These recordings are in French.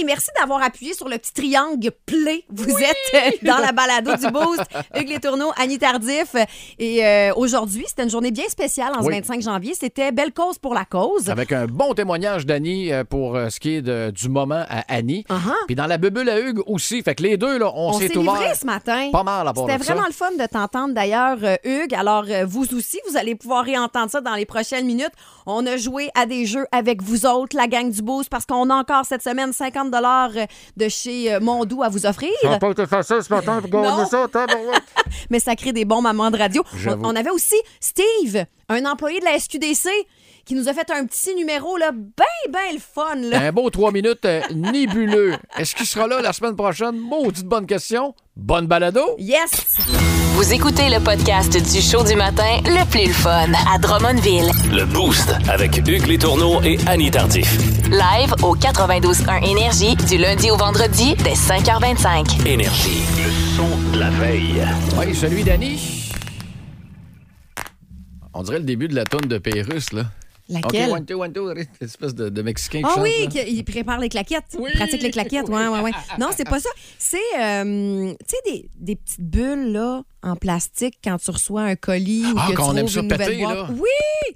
et merci d'avoir appuyé sur le petit triangle play. Vous êtes euh, dans la balado du Boost. Hugues Les Tourneaux, Annie Tardif. Et euh, aujourd'hui, c'était une journée bien spéciale en ce Oui. 25 janvier. C'était Belle cause pour la cause. Avec un bon témoignage d'Annie euh, pour euh, ce qui est de- du moment à Annie. Uh-huh. Puis dans la bubule à Hugues aussi. Fait que les deux, là, on, On s'est s'est ouvert. livré ce matin. Pas mal à part C'était de ça. vraiment le fun de t'entendre d'ailleurs, euh, Hugues. Alors, euh, vous aussi, vous allez pouvoir réentendre ça dans les prochaines minutes. On a joué à des jeux avec vous autres, la gang du Boost, parce qu'on a encore cette semaine 50 euh, de chez euh, Mondou à vous offrir. pas été facile ce matin pour gagner Non. ça. Mais ça crée des bons moments de radio. J'avoue. On, on avait aussi Steve, un employé de la SQDC, qui nous a fait un petit numéro, là, ben, ben le fun, là. Un beau trois minutes euh, nébuleux. Est-ce qu'il sera là la semaine prochaine? Maudite bonne question. Bonne balado. Yes! Vous écoutez le podcast du show du matin le plus le fun à Drummondville. Le Boost avec Hugues Létourneau et Annie Tardif. Live au 92.1 Énergie du lundi au vendredi dès 5h25. Énergie. Le son de la veille. Oui, celui d'Annie. On dirait le début de la tonne de Pérusse, là. Laquelle? OK, one, two, one, two. Une espèce de, de Mexicain qui Ah chante, oui, là. qu'il- il prépare les claquettes. Oui. Ah, Il pratique les claquettes. Ouais, ouais, ouais. Non, c'est pas ça. C'est, euh, tu sais, des, des petites bulles là, en plastique quand tu reçois un colis ou Ah, que tu qu'on aime trouves ça une nouvelle péter, boîte. là. Oui!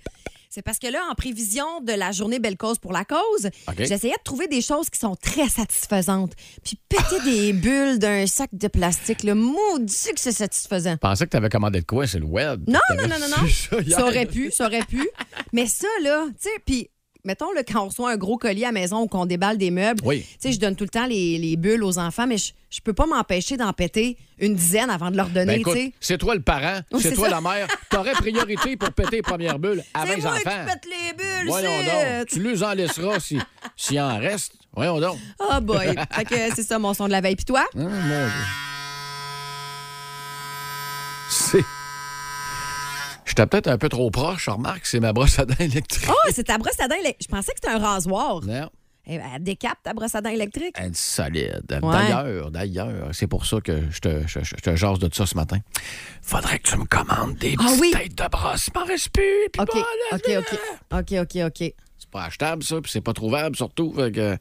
C'est parce que là, en prévision de la journée Belle Cause pour la cause, OK. j'essayais de trouver des choses qui sont très satisfaisantes. Puis péter des bulles d'un sac de plastique, le maudit que c'est satisfaisant. Je pensais que tu avais commandé de quoi? C'est le web. Non, non, T'avais non, non, su non. Ça, hier. Ça aurait pu, ça aurait pu. Mais ça, là, tu sais, puis mettons, là, quand on reçoit un gros colis à la maison ou qu'on déballe des meubles, Oui. tu sais, je donne tout le temps les, les bulles aux enfants, mais je, je peux pas m'empêcher d'en péter une dizaine avant de leur Ben donner, écoute, tu sais. c'est toi le parent, Oui, c'est c'est toi la ça. mère. T'aurais priorité pour péter les premières bulles avant C'est les moi qui enfants. pète les bulles, Voyons c'est- euh, donc. Tu les en laisseras si- s'il en reste. Voyons donc. Oh boy. fait que c'est ça mon son de la veille. Puis toi? Hum, mon Dieu. C'est. J'étais peut-être un peu trop proche, remarque, c'est ma brosse à dents électrique. Oh, c'est ta brosse à dents électrique. Je pensais que c'était un rasoir. Non, Eh ben, elle décape ta brosse à dents électrique. elle est solide. Ouais. D'ailleurs, d'ailleurs, c'est pour ça que je te, je, je- je te jase de ça ce matin. Faudrait que tu me commandes des Ah petites oui. têtes de brosse, il m'en reste plus. puis OK, bon, là, OK, OK. OK, OK, OK. C'est pas achetable, ça, puis c'est pas trouvable, surtout. Fait que...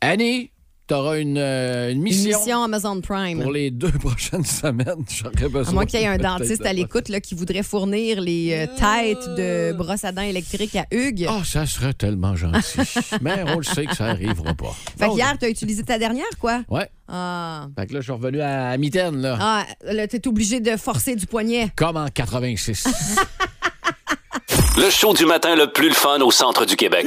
Annie, t'auras une, euh, une Une mission, mission Amazon Prime. pour les deux prochaines semaines. J'aurais besoin. À moins qu'il y ait un de dentiste peut-être- à l'écoute là, qui voudrait fournir les euh, têtes Euh. de brosse à dents électriques à Hugues. Ah, ça serait tellement gentil. Mais on le sait que ça arrivera pas. fait qu'hier, t'as utilisé ta dernière, quoi? Ouais. Ah, Fait que là, je suis revenu à, à mitaine, là. ah là, t'es obligé de forcer du poignet. Comme en 86. Le show du matin le plus le fun au centre du Québec.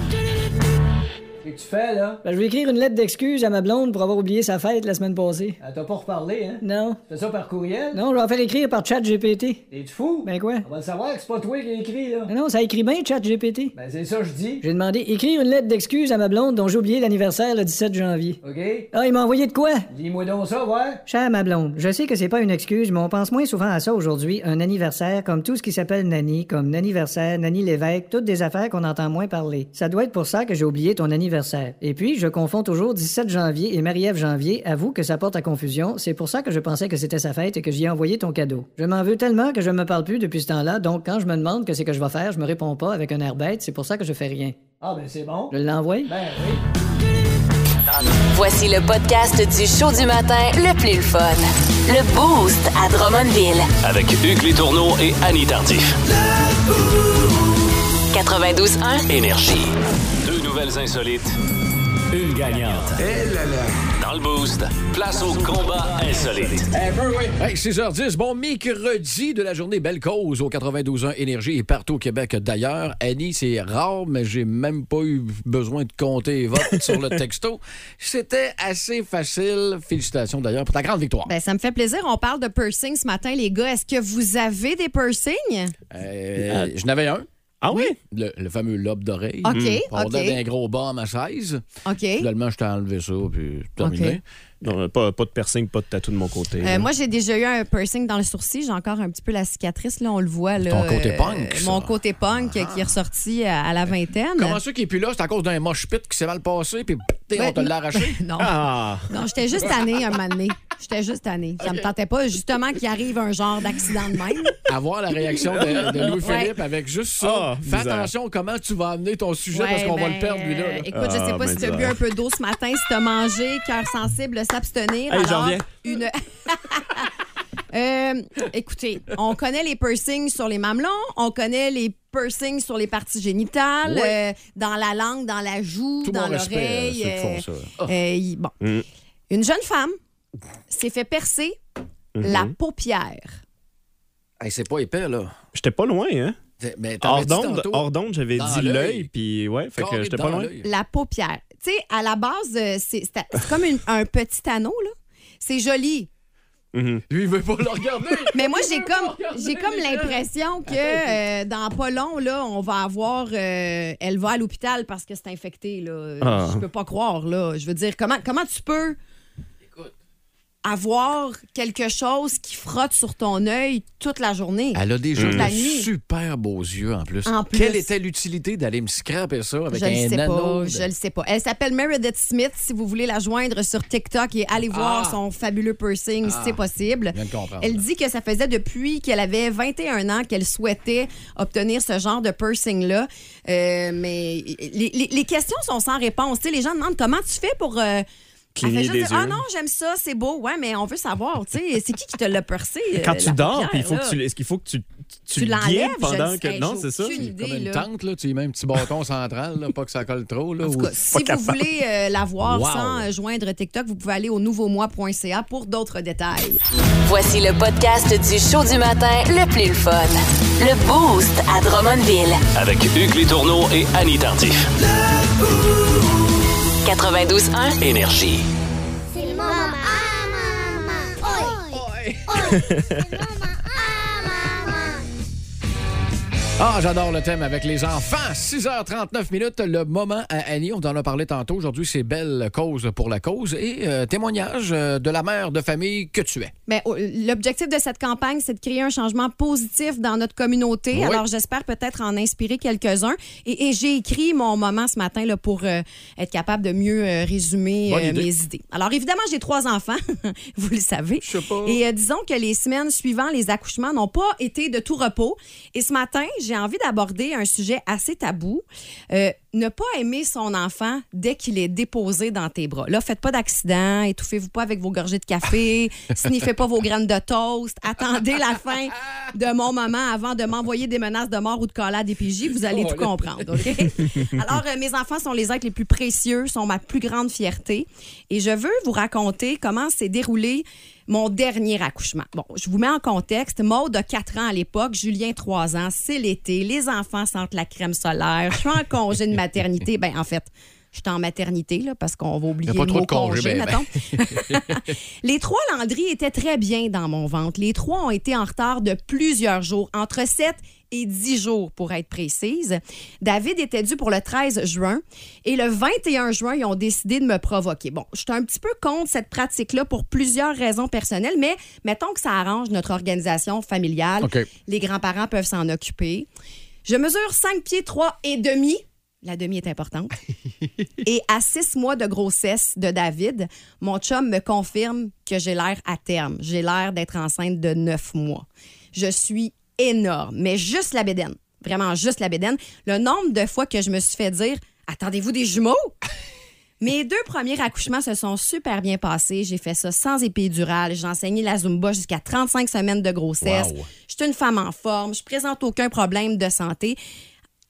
Qu'est-ce que tu fais, là? Ben, je vais écrire une lettre d'excuse à ma blonde pour avoir oublié sa fête la semaine passée. Elle t'a pas reparlé, hein? Non. Tu fais ça par courriel? Non, je vais en faire écrire par ChatGPT. T'es-tu fou? Ben quoi? On va le savoir que c'est pas toi qui l'as écrit, là. Non, non, ça écrit bien ChatGPT. Ben c'est ça que je dis. J'ai demandé écrire une lettre d'excuse à ma blonde dont j'ai oublié l'anniversaire le 17 janvier. OK? Ah, il m'a envoyé de quoi? Lis-moi donc ça, ouais? Chère ma blonde, je sais que c'est pas une excuse, mais on pense moins souvent à ça aujourd'hui, un anniversaire, comme tout ce qui s'appelle Nani, comme Nanniversaire, Nani l'évêque, toutes des affaires qu'on entend moins parler. Ça doit être pour ça que j'ai oublié ton anniversaire. Et puis, je confonds toujours 17 janvier et Marie-Ève janvier, avoue que ça porte à confusion, c'est pour ça que je pensais que c'était sa fête et que j'y ai envoyé ton cadeau. Je m'en veux tellement que je me parle plus depuis ce temps-là, donc quand je me demande que c'est que je vais faire, je me réponds pas avec un air bête, c'est pour ça que je fais rien. Ah, ben c'est bon. Je l'envoie? Ben oui. Voici le podcast du show du matin le plus le fun. Le Boost à Drummondville. Avec Hugues Létourneau et Annie Tardif. 92.1 Énergie. Deux nouvelles insolites, une gagnante. Dans le Boost, place au combat insolite. Hey, 6h10, bon mercredi de la journée Belle Cause au 92.1 Énergie et partout au Québec d'ailleurs. Annie, c'est rare, mais j'ai même pas eu besoin de compter les votes sur le texto. C'était assez facile. Félicitations d'ailleurs pour ta grande victoire. Ben, ça me fait plaisir. On parle de piercing ce matin, les gars. Est-ce que vous avez des piercings? Euh, je n'avais un. Ah oui? Le, le fameux lobe d'oreille. Mmh. OK, On OK. donne un gros bomb à 16. OK. Finalement, je t'ai enlevé ça, puis c'est terminé. OK. Non, pas, pas de piercing, pas de tatou de mon côté. Euh, moi, j'ai déjà eu un piercing dans le sourcil. J'ai encore un petit peu la cicatrice. Là, on le voit. Là, Ton côté Euh, punk, ça. Ah. Mon côté punk euh, qui est ressorti à, à la vingtaine. Comment ça qui est plus là? C'est à cause d'un moche pit qui s'est mal passé, puis pff, on te Ouais, l'a arraché. Ben, non. Ah! Non, j'étais juste tannée un moment donné. J'étais juste tannée. Ça me tentait pas, justement, qu'il arrive un genre d'accident de même. Avoir la réaction de, de Louis-Philippe avec juste ça. Ah, Fais misère. attention comment tu vas amener ton sujet parce Ouais, qu'on va ben, le perdre, lui-là. euh, là. Écoute, je sais Ah, pas si tu as ben, bu un peu d'eau ce matin, si tu as mangé, cœur sensible, s'abstenir. Hey, j'en Alors, reviens. Une... Euh, écoutez, on connaît les piercings sur les mamelons, on connaît les piercings sur les parties génitales, Ouais. euh, dans la langue, dans la joue, Tout dans mon respect à l'oreille. ceux qui font ça. euh, euh, y- bon. Mm. Une jeune femme s'est fait percer la paupière. Hey, c'est pas épais, là. J'étais pas loin, hein? C'est- Mais t'avais Hors dit d'onde, tantôt, hors d'onde, j'avais Dans dit l'œil. l'œil, puis ouais, fait que carré j'étais dans pas loin. l'œil. La paupière. Tu sais, à la base, euh, c'est c'est- c'est comme une- un petit anneau, là. C'est joli. Lui, il veut pas le regarder. Mais moi, j'ai comme, j'ai comme l'impression que euh, dans pas long, là, on va avoir. euh, elle va à l'hôpital parce que c'est infecté, là. Ah. Je peux pas croire, là. Je veux dire, comment, comment tu peux avoir quelque chose qui frotte sur ton œil toute la journée? Elle a déjà Toute la de nuit. super beaux yeux en plus. En plus. Quelle était l'utilité d'aller me scraper ça avec Je un le sais anneau pas, de- je le sais pas. Elle s'appelle Meredith Smith, si vous voulez la joindre sur TikTok et allez voir Ah. son fabuleux piercing si c'est possible. Je viens de comprendre. Elle dit que ça faisait depuis qu'elle avait 21 ans qu'elle souhaitait obtenir ce genre de piercing-là. Euh, mais les, les- les questions sont sans réponse. Tu sais, les gens demandent comment tu fais pour. euh, elle Cligner fait juste des dire, Ah yeux. non, j'aime ça, c'est beau. Ouais, mais on veut savoir, tu sais, c'est qui qui te l'a percé? euh, Quand tu la dors, paupière, puis il faut là? que tu, est-ce qu'il faut que tu, tu, Tu le l'enlèves, guides je pendant le que sais, non, j'ai c'est ça. aucune idée, Comme une là. tente, là, tu y mets un petit bâton central, là, pas que ça colle trop. Là, En tout ou- cas, si vous voulez euh, la voir Wow. sans euh, joindre TikTok, vous pouvez aller au nouveaumois.ca pour d'autres détails. Voici le podcast du show du matin le plus le fun. Le Boost à Drummondville. Avec Hugues Létourneau et Annie Tardif. 92.1. Énergie. C'est le moment à maman. Oi, c'est le moment à maman. Ah, j'adore le thème avec les enfants. 6h39 minutes, le moment à Annie. On en a parlé tantôt. Aujourd'hui, c'est belle cause pour la cause et euh, témoignage euh, de la mère de famille que tu es. Mais euh, l'objectif de cette campagne, c'est de créer un changement positif dans notre communauté. Oui. Alors, j'espère peut-être en inspirer quelques-uns. Et, et j'ai écrit mon moment ce matin là, pour euh, être capable de mieux euh, résumer Bonne euh, idée. mes idées. Alors, évidemment, j'ai trois enfants, vous le savez. Et euh, disons que les semaines suivant les accouchements n'ont pas été de tout repos. Et ce matin, j'ai envie d'aborder un sujet assez tabou. Euh, ne pas aimer son enfant dès qu'il est déposé dans tes bras. Là, faites pas d'accident, étouffez-vous pas avec vos gorgées de café, sniffez pas vos graines de toast, attendez la fin de mon moment avant de m'envoyer des menaces de mort ou de collade des PJ, Oh, vous allez tout comprendre, OK? Alors, euh, mes enfants sont les êtres les plus précieux, sont ma plus grande fierté. Et je veux vous raconter comment s'est déroulé mon dernier accouchement. Bon, je vous mets en contexte. Maude a 4 ans à l'époque, Julien 3 ans. C'est l'été, les enfants sentent la crème solaire. Je suis en congé de maternité. Ben, en fait, je suis en maternité, là, parce qu'on va oublier Il y a pas le trop mot de congés, ben, ben. mettons. Les trois Landry étaient très bien dans mon ventre. Les trois ont été en retard de plusieurs jours, entre 7 et 10 jours pour être précise. David était dû pour le 13 juin et le 21 juin, ils ont décidé de me provoquer. Bon, je suis un petit peu contre cette pratique-là pour plusieurs raisons personnelles, mais mettons que ça arrange notre organisation familiale. OK. Les grands-parents peuvent s'en occuper. Je mesure 5 pieds 3 et demi. La demi est importante. Et à six mois de grossesse de David, mon chum me confirme que j'ai l'air à terme. J'ai l'air d'être enceinte de neuf mois. Je suis énorme, mais juste la bédaine. Vraiment juste la bédaine. Le nombre de fois que je me suis fait dire Attendez-vous des jumeaux Mes deux premiers accouchements se sont super bien passés. J'ai fait ça sans épidural. J'ai enseigné la Zumba jusqu'à 35 semaines de grossesse. Wow. Je suis une femme en forme. Je présente aucun problème de santé.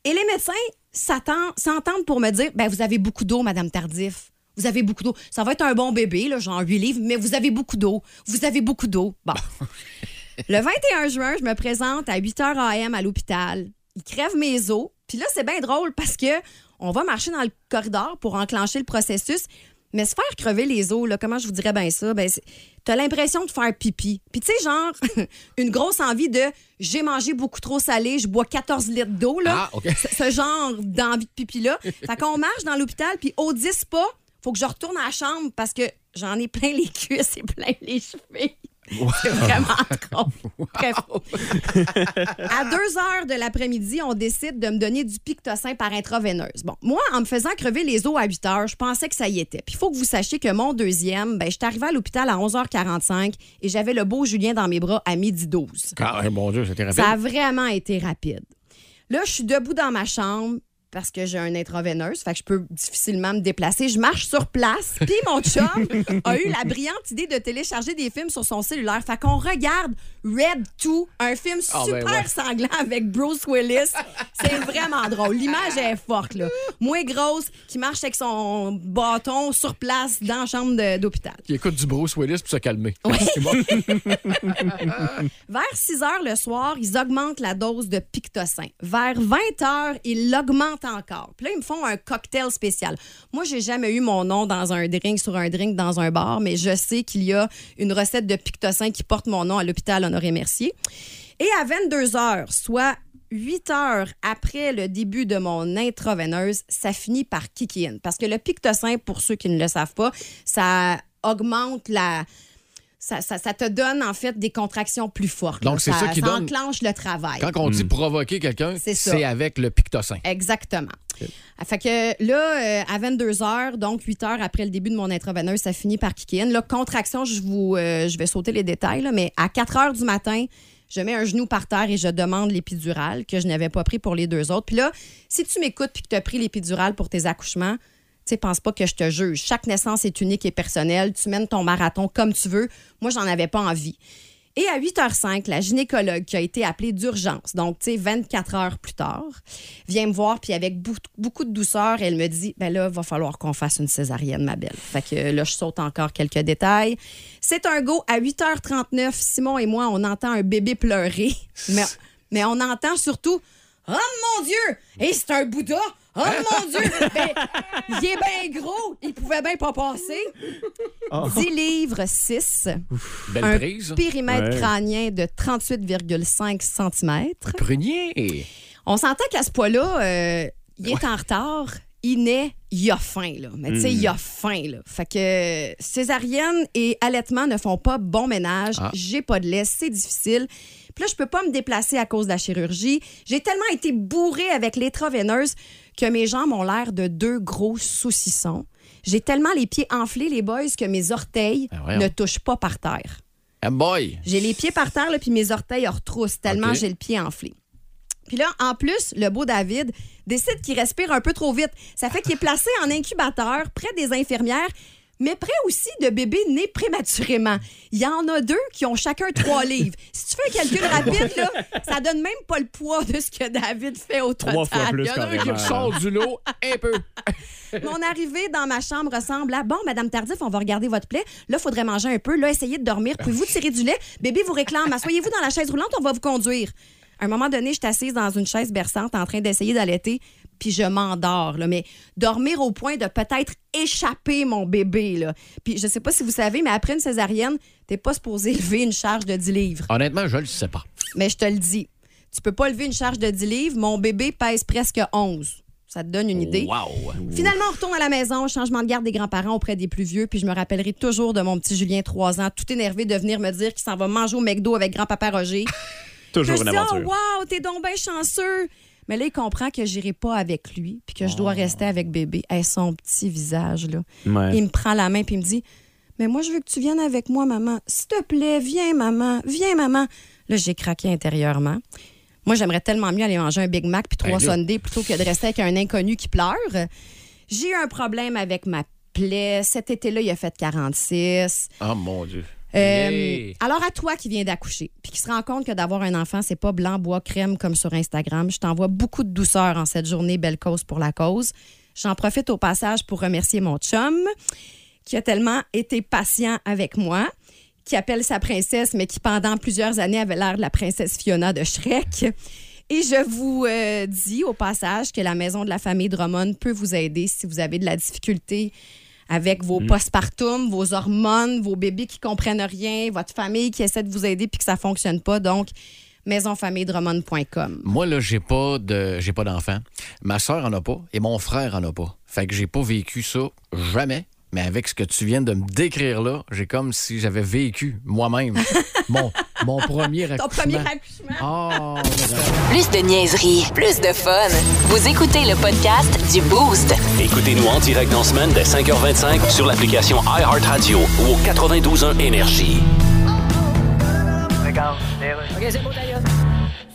Et les médecins s'attendent- s'entendent pour me dire ben vous avez beaucoup d'eau, Madame Tardif. Vous avez beaucoup d'eau. Ça va être un bon bébé, là, genre 8 livres, mais vous avez beaucoup d'eau. Vous avez beaucoup d'eau. Bon. Le 21 juin, je me présente à 8 h AM à l'hôpital. Ils crèvent mes os. Puis là, c'est bien drôle parce que on va marcher dans le corridor pour enclencher le processus. Mais se faire crever les os, là, comment je vous dirais bien ça? Ben, c'est- t'as l'impression de faire pipi. Puis tu sais, genre, une grosse envie de j'ai mangé beaucoup trop salé, je bois 14 litres d'eau, Ah, là. OK. Ce- ce genre d'envie de pipi-là. Fait qu'on marche dans l'hôpital, puis au 10 pas, faut que je retourne à la chambre parce que J'en ai plein les cuisses et plein les chevilles. C'est vraiment drôle. Bref. à deux heures de l'après-midi, on décide de me donner du pictocin par intraveineuse. Bon, moi, en me faisant crever les os à 8 heures, je pensais que ça y était. Puis il faut que vous sachiez que mon deuxième, ben, je suis arrivée à l'hôpital à 11h45 et j'avais le beau Julien dans mes bras à midi 12. Car, Ah, mon Dieu, c'était rapide. Ça a vraiment été rapide. Là, je suis debout dans ma chambre parce que j'ai un intraveineuse, fait que je peux difficilement me déplacer. Je marche sur place, puis mon chum a eu la brillante idée de télécharger des films sur son cellulaire. Fait qu'on regarde Red 2, un film Ah, ben super ouais. sanglant avec Bruce Willis. C'est vraiment drôle. L'image est forte, là. Moins grosse, qui marche avec son bâton sur place dans la chambre de- d'hôpital. Qui écoute du Bruce Willis pour se calmer. Vers 6 heures le soir, ils augmentent la dose de Pictocin. Vers 20 heures, ils l'augmentent encore. Puis là, ils me font un cocktail spécial. Moi, j'ai jamais eu mon nom dans un drink, sur un drink, dans un bar, mais je sais qu'il y a une recette de Pictocin qui porte mon nom à l'hôpital Honoré-Mercier. Et à 22 heures, soit 8 heures après le début de mon intraveineuse, ça finit par kick in. Parce que le Pictocin, pour ceux qui ne le savent pas, ça augmente la, ça, ça- ça te donne en fait des contractions plus fortes. Donc, là. c'est ça qui donne- enclenche le travail. Quand on dit provoquer quelqu'un, C'est ça. c'est avec le pictocin. Exactement. Ah, Fait que là, euh, à 22 heures, donc 8 heures après le début de mon intraveineuse, ça finit par kick-in. Là, contraction, je, vous, euh, je vais sauter les détails, là, mais à 4 heures du matin, je mets un genou par terre et je demande l'épidurale que je n'avais pas pris pour les deux autres. Puis là, si tu m'écoutes puis que tu as pris l'épidurale pour tes accouchements, tu sais, pense pas que je te juge. Chaque naissance est unique et personnelle. Tu mènes ton marathon comme tu veux. Moi, j'en avais pas envie. Et à 8h05, la gynécologue qui a été appelée d'urgence, donc tu sais 24 heures plus tard, vient me voir puis avec bou- beaucoup de douceur, elle me dit ben là va falloir qu'on fasse une césarienne ma belle. Fait que là je saute encore quelques détails. C'est un go à 8h39, Simon et moi on entend un bébé pleurer, mais mais on entend surtout Oh mon Dieu! Et c'est un Bouddha! Oh mon Dieu! Ben, il est bien gros! Il pouvait bien pas passer! 10 livres 6 Belle un prise. périmètre Ouais. crânien de 38,5 cm. Prunier. On s'entend qu'à ce poids-là, euh, il est en retard, il naît, il a faim. Là. Mais tu sais, Hmm. il a faim. Là. Fait que césarienne et allaitement ne font pas bon ménage. Ah. J'ai pas de lait, c'est difficile. Puis là, je peux pas me déplacer à cause de la chirurgie. J'ai tellement été bourrée avec l'étraveineuse que mes jambes ont l'air de deux gros saucissons. J'ai tellement les pieds enflés, les boys, que mes orteils Ah, voyons. ne touchent pas par terre. Ah boy. J'ai les pieds par terre, là, puis mes orteils en retroussent tellement OK. j'ai le pied enflé. Puis là, en plus, le beau David décide qu'il respire un peu trop vite. Ça fait qu'il est placé en incubateur près des infirmières, mais près aussi de bébés nés prématurément. Il y en a deux qui ont chacun trois livres. Si tu fais un calcul rapide, là, ça donne même pas le poids de ce que David fait au total. Trois fois plus Il y en a un qui carrément. ressort du lot un peu. Mon arrivée dans ma chambre ressemble à Bon, Madame Tardif, on va regarder votre plaie. Là, faudrait manger un peu. Là, essayez de dormir. Pouvez-vous tirer du lait? Bébé vous réclame. Asseyez-vous dans la chaise roulante, on va vous conduire. À un moment donné, je suis assise dans une chaise berçante en train d'essayer d'allaiter, puis je m'endors. là. Mais dormir au point de peut-être échapper mon bébé. Là. Puis je sais pas si vous savez, mais après une césarienne, t'es pas supposé lever une charge de 10 livres. Honnêtement, je le sais pas. Mais je te le dis, tu peux pas lever une charge de 10 livres. Mon bébé pèse presque 11. Ça te donne Oh, une idée. Wow. Finalement, on retourne à la maison, changement de garde des grands-parents auprès des plus vieux, puis je me rappellerai toujours de mon petit Julien, 3 ans, tout énervé de venir me dire qu'il s'en va manger au McDo avec grand-papa Roger. Puis Toujours je une dis, oh, aventure. wow, t'es donc bien chanceux. Mais là, il comprend que j'irai pas avec lui, puis que je Oh. dois rester avec bébé. Hey, son petit visage, là. Ouais. Il me prend la main, puis il me dit, mais moi, je veux que tu viennes avec moi, maman. S'il te plaît, viens, maman. Viens, maman. Là, j'ai craqué intérieurement. Moi, j'aimerais tellement mieux aller manger un Big Mac puis trois Ben là. Sundays plutôt que de rester avec un inconnu qui pleure. J'ai eu un problème avec ma plaie. Cet été-là, il a fait 46. Oh mon Dieu. Euh, Hey. Alors, à toi qui viens d'accoucher, puis qui se rend compte que d'avoir un enfant, c'est pas blanc, bois, crème comme sur Instagram, je t'envoie beaucoup de douceur en cette journée Belle Cause pour la Cause. J'en profite au passage pour remercier mon chum, qui a tellement été patient avec moi, qui appelle sa princesse, mais qui pendant plusieurs années avait l'air de la princesse Fiona de Shrek. Et je vous euh, dis au passage que la maison de la famille Drummond peut vous aider si vous avez de la difficulté avec Mm. vos postpartum, vos hormones, vos bébés qui comprennent rien, votre famille qui essaie de vous aider puis que ça fonctionne pas. Donc, maisonfamilledrummond.com. Moi, là, j'ai pas de j'ai pas d'enfant. Ma soeur en a pas et mon frère en a pas. Fait que j'ai pas vécu ça jamais. Mais avec ce que tu viens de me décrire là, j'ai comme si j'avais vécu moi-même mon, mon premier Ton accouchement. premier accouchement. Oh, Plus de niaiserie, plus de fun. Vous écoutez le podcast du Boost. Écoutez-nous en direct dans la semaine dès 5h25 sur l'application iHeartRadio ou au 92.1 Énergie.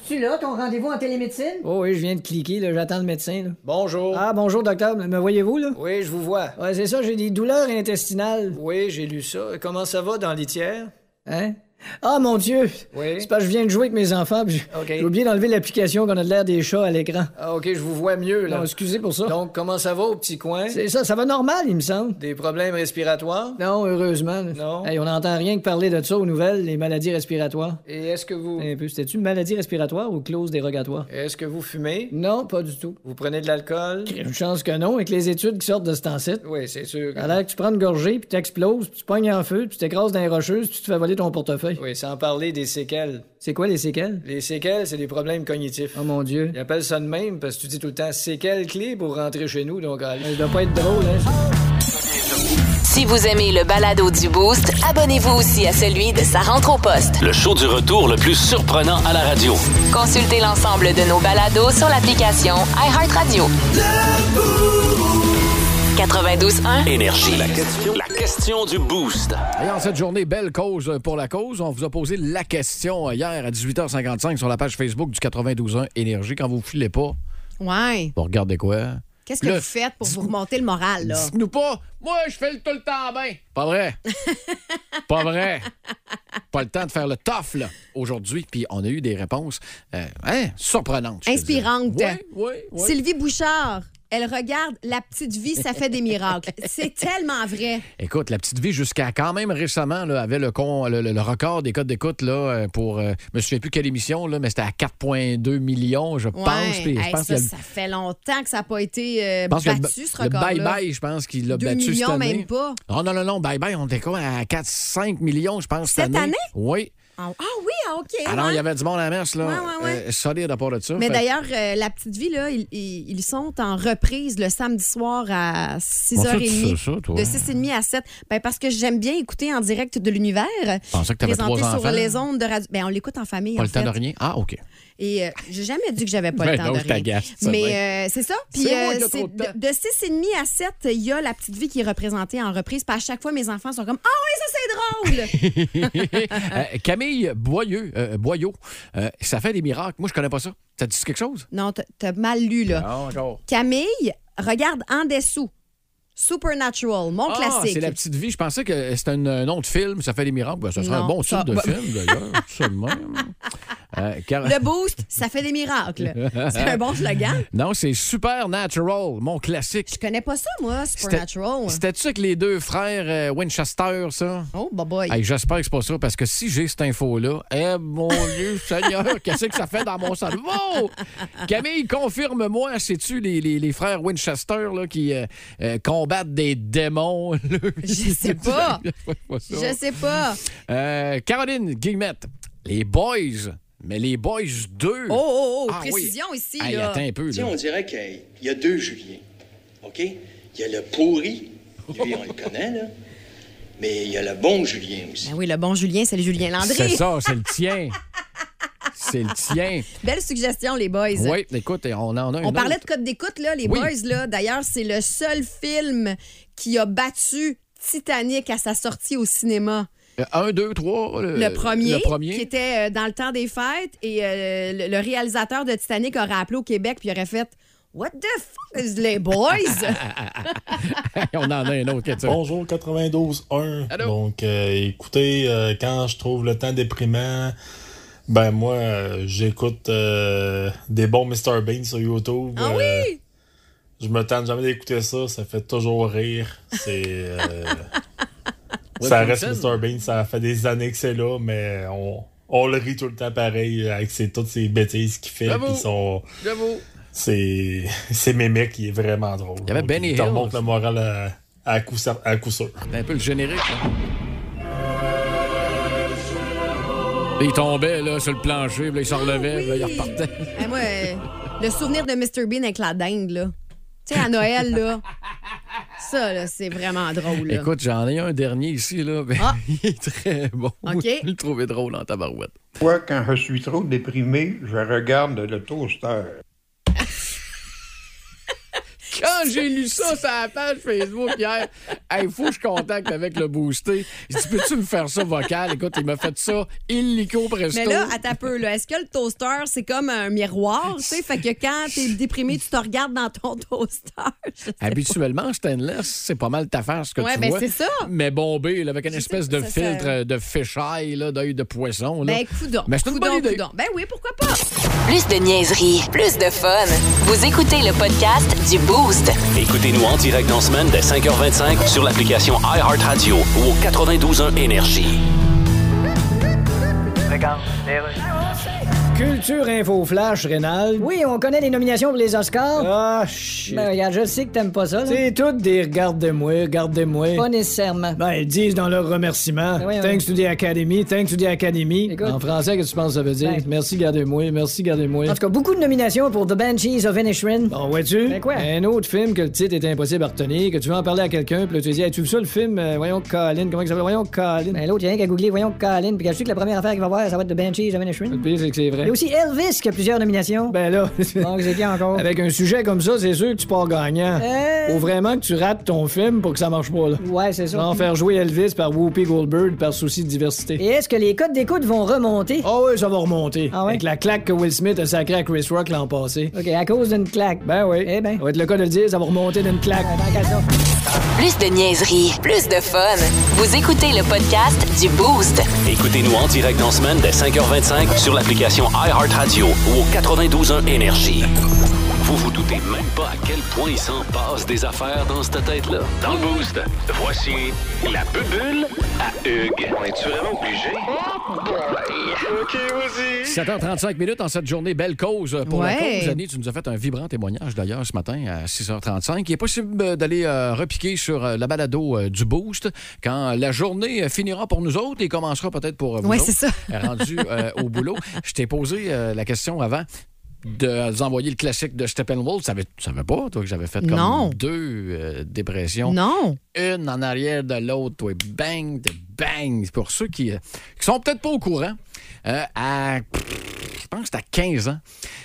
Tu là, ton rendez-vous en télémédecine? Oh oui, je viens de cliquer, là, j'attends le médecin. là. Bonjour. Ah, bonjour, docteur. Me voyez-vous, là? Oui, je vous vois. Ouais, c'est ça, j'ai des douleurs intestinales. Oui, j'ai lu ça. Comment ça va dans l'itière? Hein? Ah, mon Dieu! Oui. C'est parce que je viens de jouer avec mes enfants, puis j'ai OK. j'ai oublié d'enlever l'application qu'on a de l'air des chats à l'écran. Ah, OK, je vous vois mieux, là. Non, excusez pour ça. Donc, comment ça va au petit coin? C'est ça, ça va normal, il me semble. Des problèmes respiratoires? Non, heureusement. là. Non. Hey, on n'entend rien que parler de ça aux nouvelles, les maladies respiratoires. Et est-ce que vous... Un peu, c'était-tu maladie respiratoire ou clause dérogatoire? Est-ce que vous fumez? Non, pas du tout. Vous prenez de l'alcool? Une chance que non, avec les études qui sortent de ce temps-ci. Oui, c'est sûr. Ça a l'air que tu prends une gorgée, puis t'exploses, puis tu pognes en feu, puis t'écrases dans les rocheuses, puis tu te fais voler ton portefeuille. Oui, sans parler des séquelles. C'est quoi les séquelles? Les séquelles, c'est des problèmes cognitifs. Oh mon Dieu. Ils appellent ça de même parce que tu dis tout le temps séquelles clés pour rentrer chez nous, donc... allez. Ça doit pas être drôle, hein? ça. Si vous aimez le balado du Boost, abonnez-vous aussi à celui de Sa rentre au poste. Le show du retour le plus surprenant à la radio. Consultez l'ensemble de nos balados sur l'application iHeartRadio. 92.1, Énergie. La question, la question du boost. Et en cette journée, belle cause euh, pour la cause, on vous a posé la question euh, hier à 18h55 sur la page Facebook du 92.1 Énergie. Quand vous filez pas, Ouais. vous regardez quoi? Qu'est-ce que Là, vous faites pour vous remonter le moral, là? Dites-nous pas, moi, je fais le tout le temps bien. Pas vrai. pas vrai. Pas le temps de faire le tough, là, aujourd'hui. Puis on a eu des réponses euh, hein, surprenantes. je te Inspirantes. dirais. Oui, oui, oui. Sylvie Bouchard, elle regarde La petite vie, ça fait des miracles. C'est tellement vrai. Écoute, la petite vie, jusqu'à quand même récemment, là, avait le, con- le, le- le record des codes d'écoute là, euh, pour. euh, je me souviens plus quelle émission, là, mais c'était à 4,2 millions, je Ouais. pense. Puis je Hey, pense ça, qu'il y a- ça fait longtemps que ça n'a pas été euh, je pense qu'il y a le- battu, ce le record-là. bye-bye, je pense qu'il l'a 2 battu cette millions, année. même pas. Oh, non, non, non, bye-bye, on était quoi à 4-5 millions, je pense, cette, Cette année? Oui. Ah ah oui, ah, OK. Alors, ouais. il y avait du monde à la messe, là. Ouais, ouais, ouais. euh, solide à part de ça. Mais Fait- d'ailleurs, euh, la petite vie, là, ils, ils- ils sont en reprise le samedi soir à Comment ça, tu 6h30. sais ça, toi? de 6h30 à 7. Ben, parce que j'aime bien écouter en direct de l'univers. Je pensais que t'avais Présenté trois sur enfants. les ondes de radio. Ben, on l'écoute en famille. Pas en le temps fait. de rien. Ah, OK. Et euh, j'ai jamais dit que j'avais pas Ben le temps non, de je rien. t'agace, c'est Mais euh, c'est ça. Puis C'est moi euh, qui ai trop c'est de temps. de, de 6h30 à 7, il y a la petite vie qui est représentée en reprise. Puis à chaque fois, mes enfants sont comme Ah oui, ça c'est drôle! Euh, Camille Boyeux, euh, Boyau, euh, ça fait des miracles. Moi, je connais pas ça. Ça te dit quelque chose? non, t'as- t'as mal lu, là. Ah. encore. Camille, regarde en dessous. Supernatural, mon Ah, classique. c'est la petite vie. Je pensais que c'était un, un nom de film. Ça fait des miracles. Ben, ça serait Non, un bon ça- titre de bah- film, d'ailleurs. tout ça de même. Euh, car- Le boost, ça fait des miracles. C'est un bon slogan. Non, c'est Supernatural, mon classique. Je connais pas ça, moi, Supernatural. C'était-tu avec les deux frères euh, Winchester, ça? Oh, bah boy. Hey, J'espère que c'est pas ça, parce que si j'ai cette info-là, eh mon Dieu Seigneur, qu'est-ce que ça fait dans mon cerveau? Camille, confirme-moi, c'est-tu les, les- les frères Winchester là, qui euh, euh, combattent des démons? là? Je sais pas. Pas ça. Je sais pas. Euh, Caroline Guillemette, les boys, mais les boys 2. Oh, oh, oh, Ah oui. précision ici. Hey, là. attends un peu. Tu sais, là. on dirait qu'il y a deux Julien. OK? Il y a le pourri, lui, on le connaît, là. Mais il y a le bon Julien aussi. Ben oui, le bon Julien, c'est le Julien C'est Landry. ça, c'est le tien. c'est le tien. Belle suggestion, les boys. Oui, écoute, on en a un On autre. parlait de code d'écoute, là, les Oui. boys, là. D'ailleurs, c'est le seul film qui a battu Titanic à sa sortie au cinéma. Euh, Un, deux, trois. Le, le, premier, Euh, Le premier. qui était euh, dans le temps des fêtes, et euh, le, le réalisateur de Titanic aurait appelé au Québec puis il aurait fait What the fuck is les boys? Ah on en a un autre. que tu- Bonjour 92.1. Allô? Donc, euh, écoutez, euh, quand je trouve le temps déprimant, ben moi, euh, j'écoute euh, des bons Mr. Bean sur YouTube. ah Euh, oui! Je me tente jamais d'écouter ça, ça fait toujours rire. C'est. euh, ça Wilkinson. reste Mr. Bean, ça fait des années que c'est là, mais on, on le rit tout le temps pareil avec ses- toutes ces bêtises qu'il fait. Bravo. Puis son, J'avoue. c'est c'est mémé qui est vraiment drôle. Il y avait Donc, Benny il te Hill. remonte le moral à, à coup, cer- à coup sûr. C'était un peu le générique. là. Il tombait là, sur le plancher, puis là, il s'en relevait, puis là, il oui. repartait. Eh, moi, euh, le souvenir de Mr. Bean avec la dinde, là. Tu sais, à Noël, là. Ça, ça, là, c'est vraiment drôle. là. Ah. Écoute, j'en ai un dernier ici, là. Ben, Il est très bon. OK. Je le trouvais drôle en tabarouette. Moi, quand je suis trop déprimé, je regarde le toaster. Quand j'ai lu ça sur la page Facebook hier, il faut que je contacte avec le boosté. Je dis, peux-tu me faire ça vocal? Écoute, il m'a fait ça illico presto. Mais là, attends un peu. là. Est-ce que le toaster, c'est comme un miroir? Tu sais, fait que quand t'es déprimé, tu te regardes dans ton toaster. Habituellement, stainless, c'est pas mal ta face, ce que Ouais, tu ben, vois. c'est ça. Mais bombé, là, avec une espèce de ça, ça- filtre euh, de fisheye, là, d'œil de poisson. Là. Ben, coudonc, Mais c'est une bonne coudonc, idée. coudonc. Ben oui, pourquoi pas? Plus de niaiserie, plus de fun. Vous écoutez le podcast du Boost. Écoutez-nous en direct dans la semaine dès 5h25 sur l'application iHeartRadio ou au 92.1 Énergie. Culture Info Flash, Rénal. Oui, on connaît les nominations pour les Oscars. Ah, shit. Ben, regarde, je sais que t'aimes pas ça, là. C'est toutes des regarde-moi, regarde-moi. Pas nécessairement. Ben, ils disent dans leur remerciement. Ouais, ouais. Thanks to the Academy, thanks to the Academy. Ben Écoute. En français, qu'est-ce que tu penses que ça veut dire? Ben. Merci, gardez-moi, merci, gardez-moi. En tout cas, beaucoup de nominations pour The Banshees of Inisherin. Bon, vois-tu? Ben quoi? Un autre film que le titre est impossible à retenir, que tu veux en parler à quelqu'un, puis là, tu dis, hey, tu veux ça le film? Euh, voyons, Colin, comment il s'appelle? Voyons, Colin. Ben, l'autre, il y a rien qu'à googler, voyons Colin, puis quand je sais que la première affaire qu'il va voir, ça va être The Banshees of Inisherin. Le pire, c'est que c'est Il vrai. y a aussi Elvis qui a plusieurs nominations. Ben là, Donc, c'est qui encore? avec un sujet comme ça, c'est sûr que tu pars gagnant. Euh. Faut vraiment que tu rates ton film pour que ça marche pas, là. Ouais, c'est ça. Sans faire jouer Elvis par Whoopi Goldberg par souci de diversité. Et est-ce que les codes d'écoute vont remonter? Ah oui, ça va remonter. Ah ouais? Avec la claque que Will Smith a sacrée à Chris Rock l'an passé. OK, à cause d'une claque. Ben oui. Eh ben. Ça va être le cas de le dire, ça va remonter d'une claque. Ben, qu'à ça. Plus de niaiserie, plus de fun. Vous écoutez le podcast du Boost. Écoutez-nous en direct dans la semaine dès 5h25 sur l'application iHeartRadio ou au 92.1 Énergie. Vous vous doutez même pas à quel point il s'en passe des affaires dans cette tête-là. Dans le boost, voici la bubule à Hugues. On est-tu vraiment obligé? OK, vas-y. 7h35 minutes en cette journée belle cause pour la Ouais. cause. Annie, tu nous as fait un vibrant témoignage d'ailleurs ce matin à 6h35. Il est possible euh, d'aller euh, repiquer sur euh, la balado euh, du Boost quand la journée euh, finira pour nous autres et commencera peut-être pour euh, vous Ouais, autres, c'est ça. rendu euh, au boulot. Je t'ai posé euh, la question avant de vous envoyer le classique de Steppenwolf. Tu savais, tu savais pas, toi, que j'avais fait comme Non. deux euh, dépressions Non. une en arrière de l'autre, toi, bang, de bang. Pour ceux qui, euh, qui sont peut-être pas au courant, euh, à, pff, je pense que c'était à 15 ans,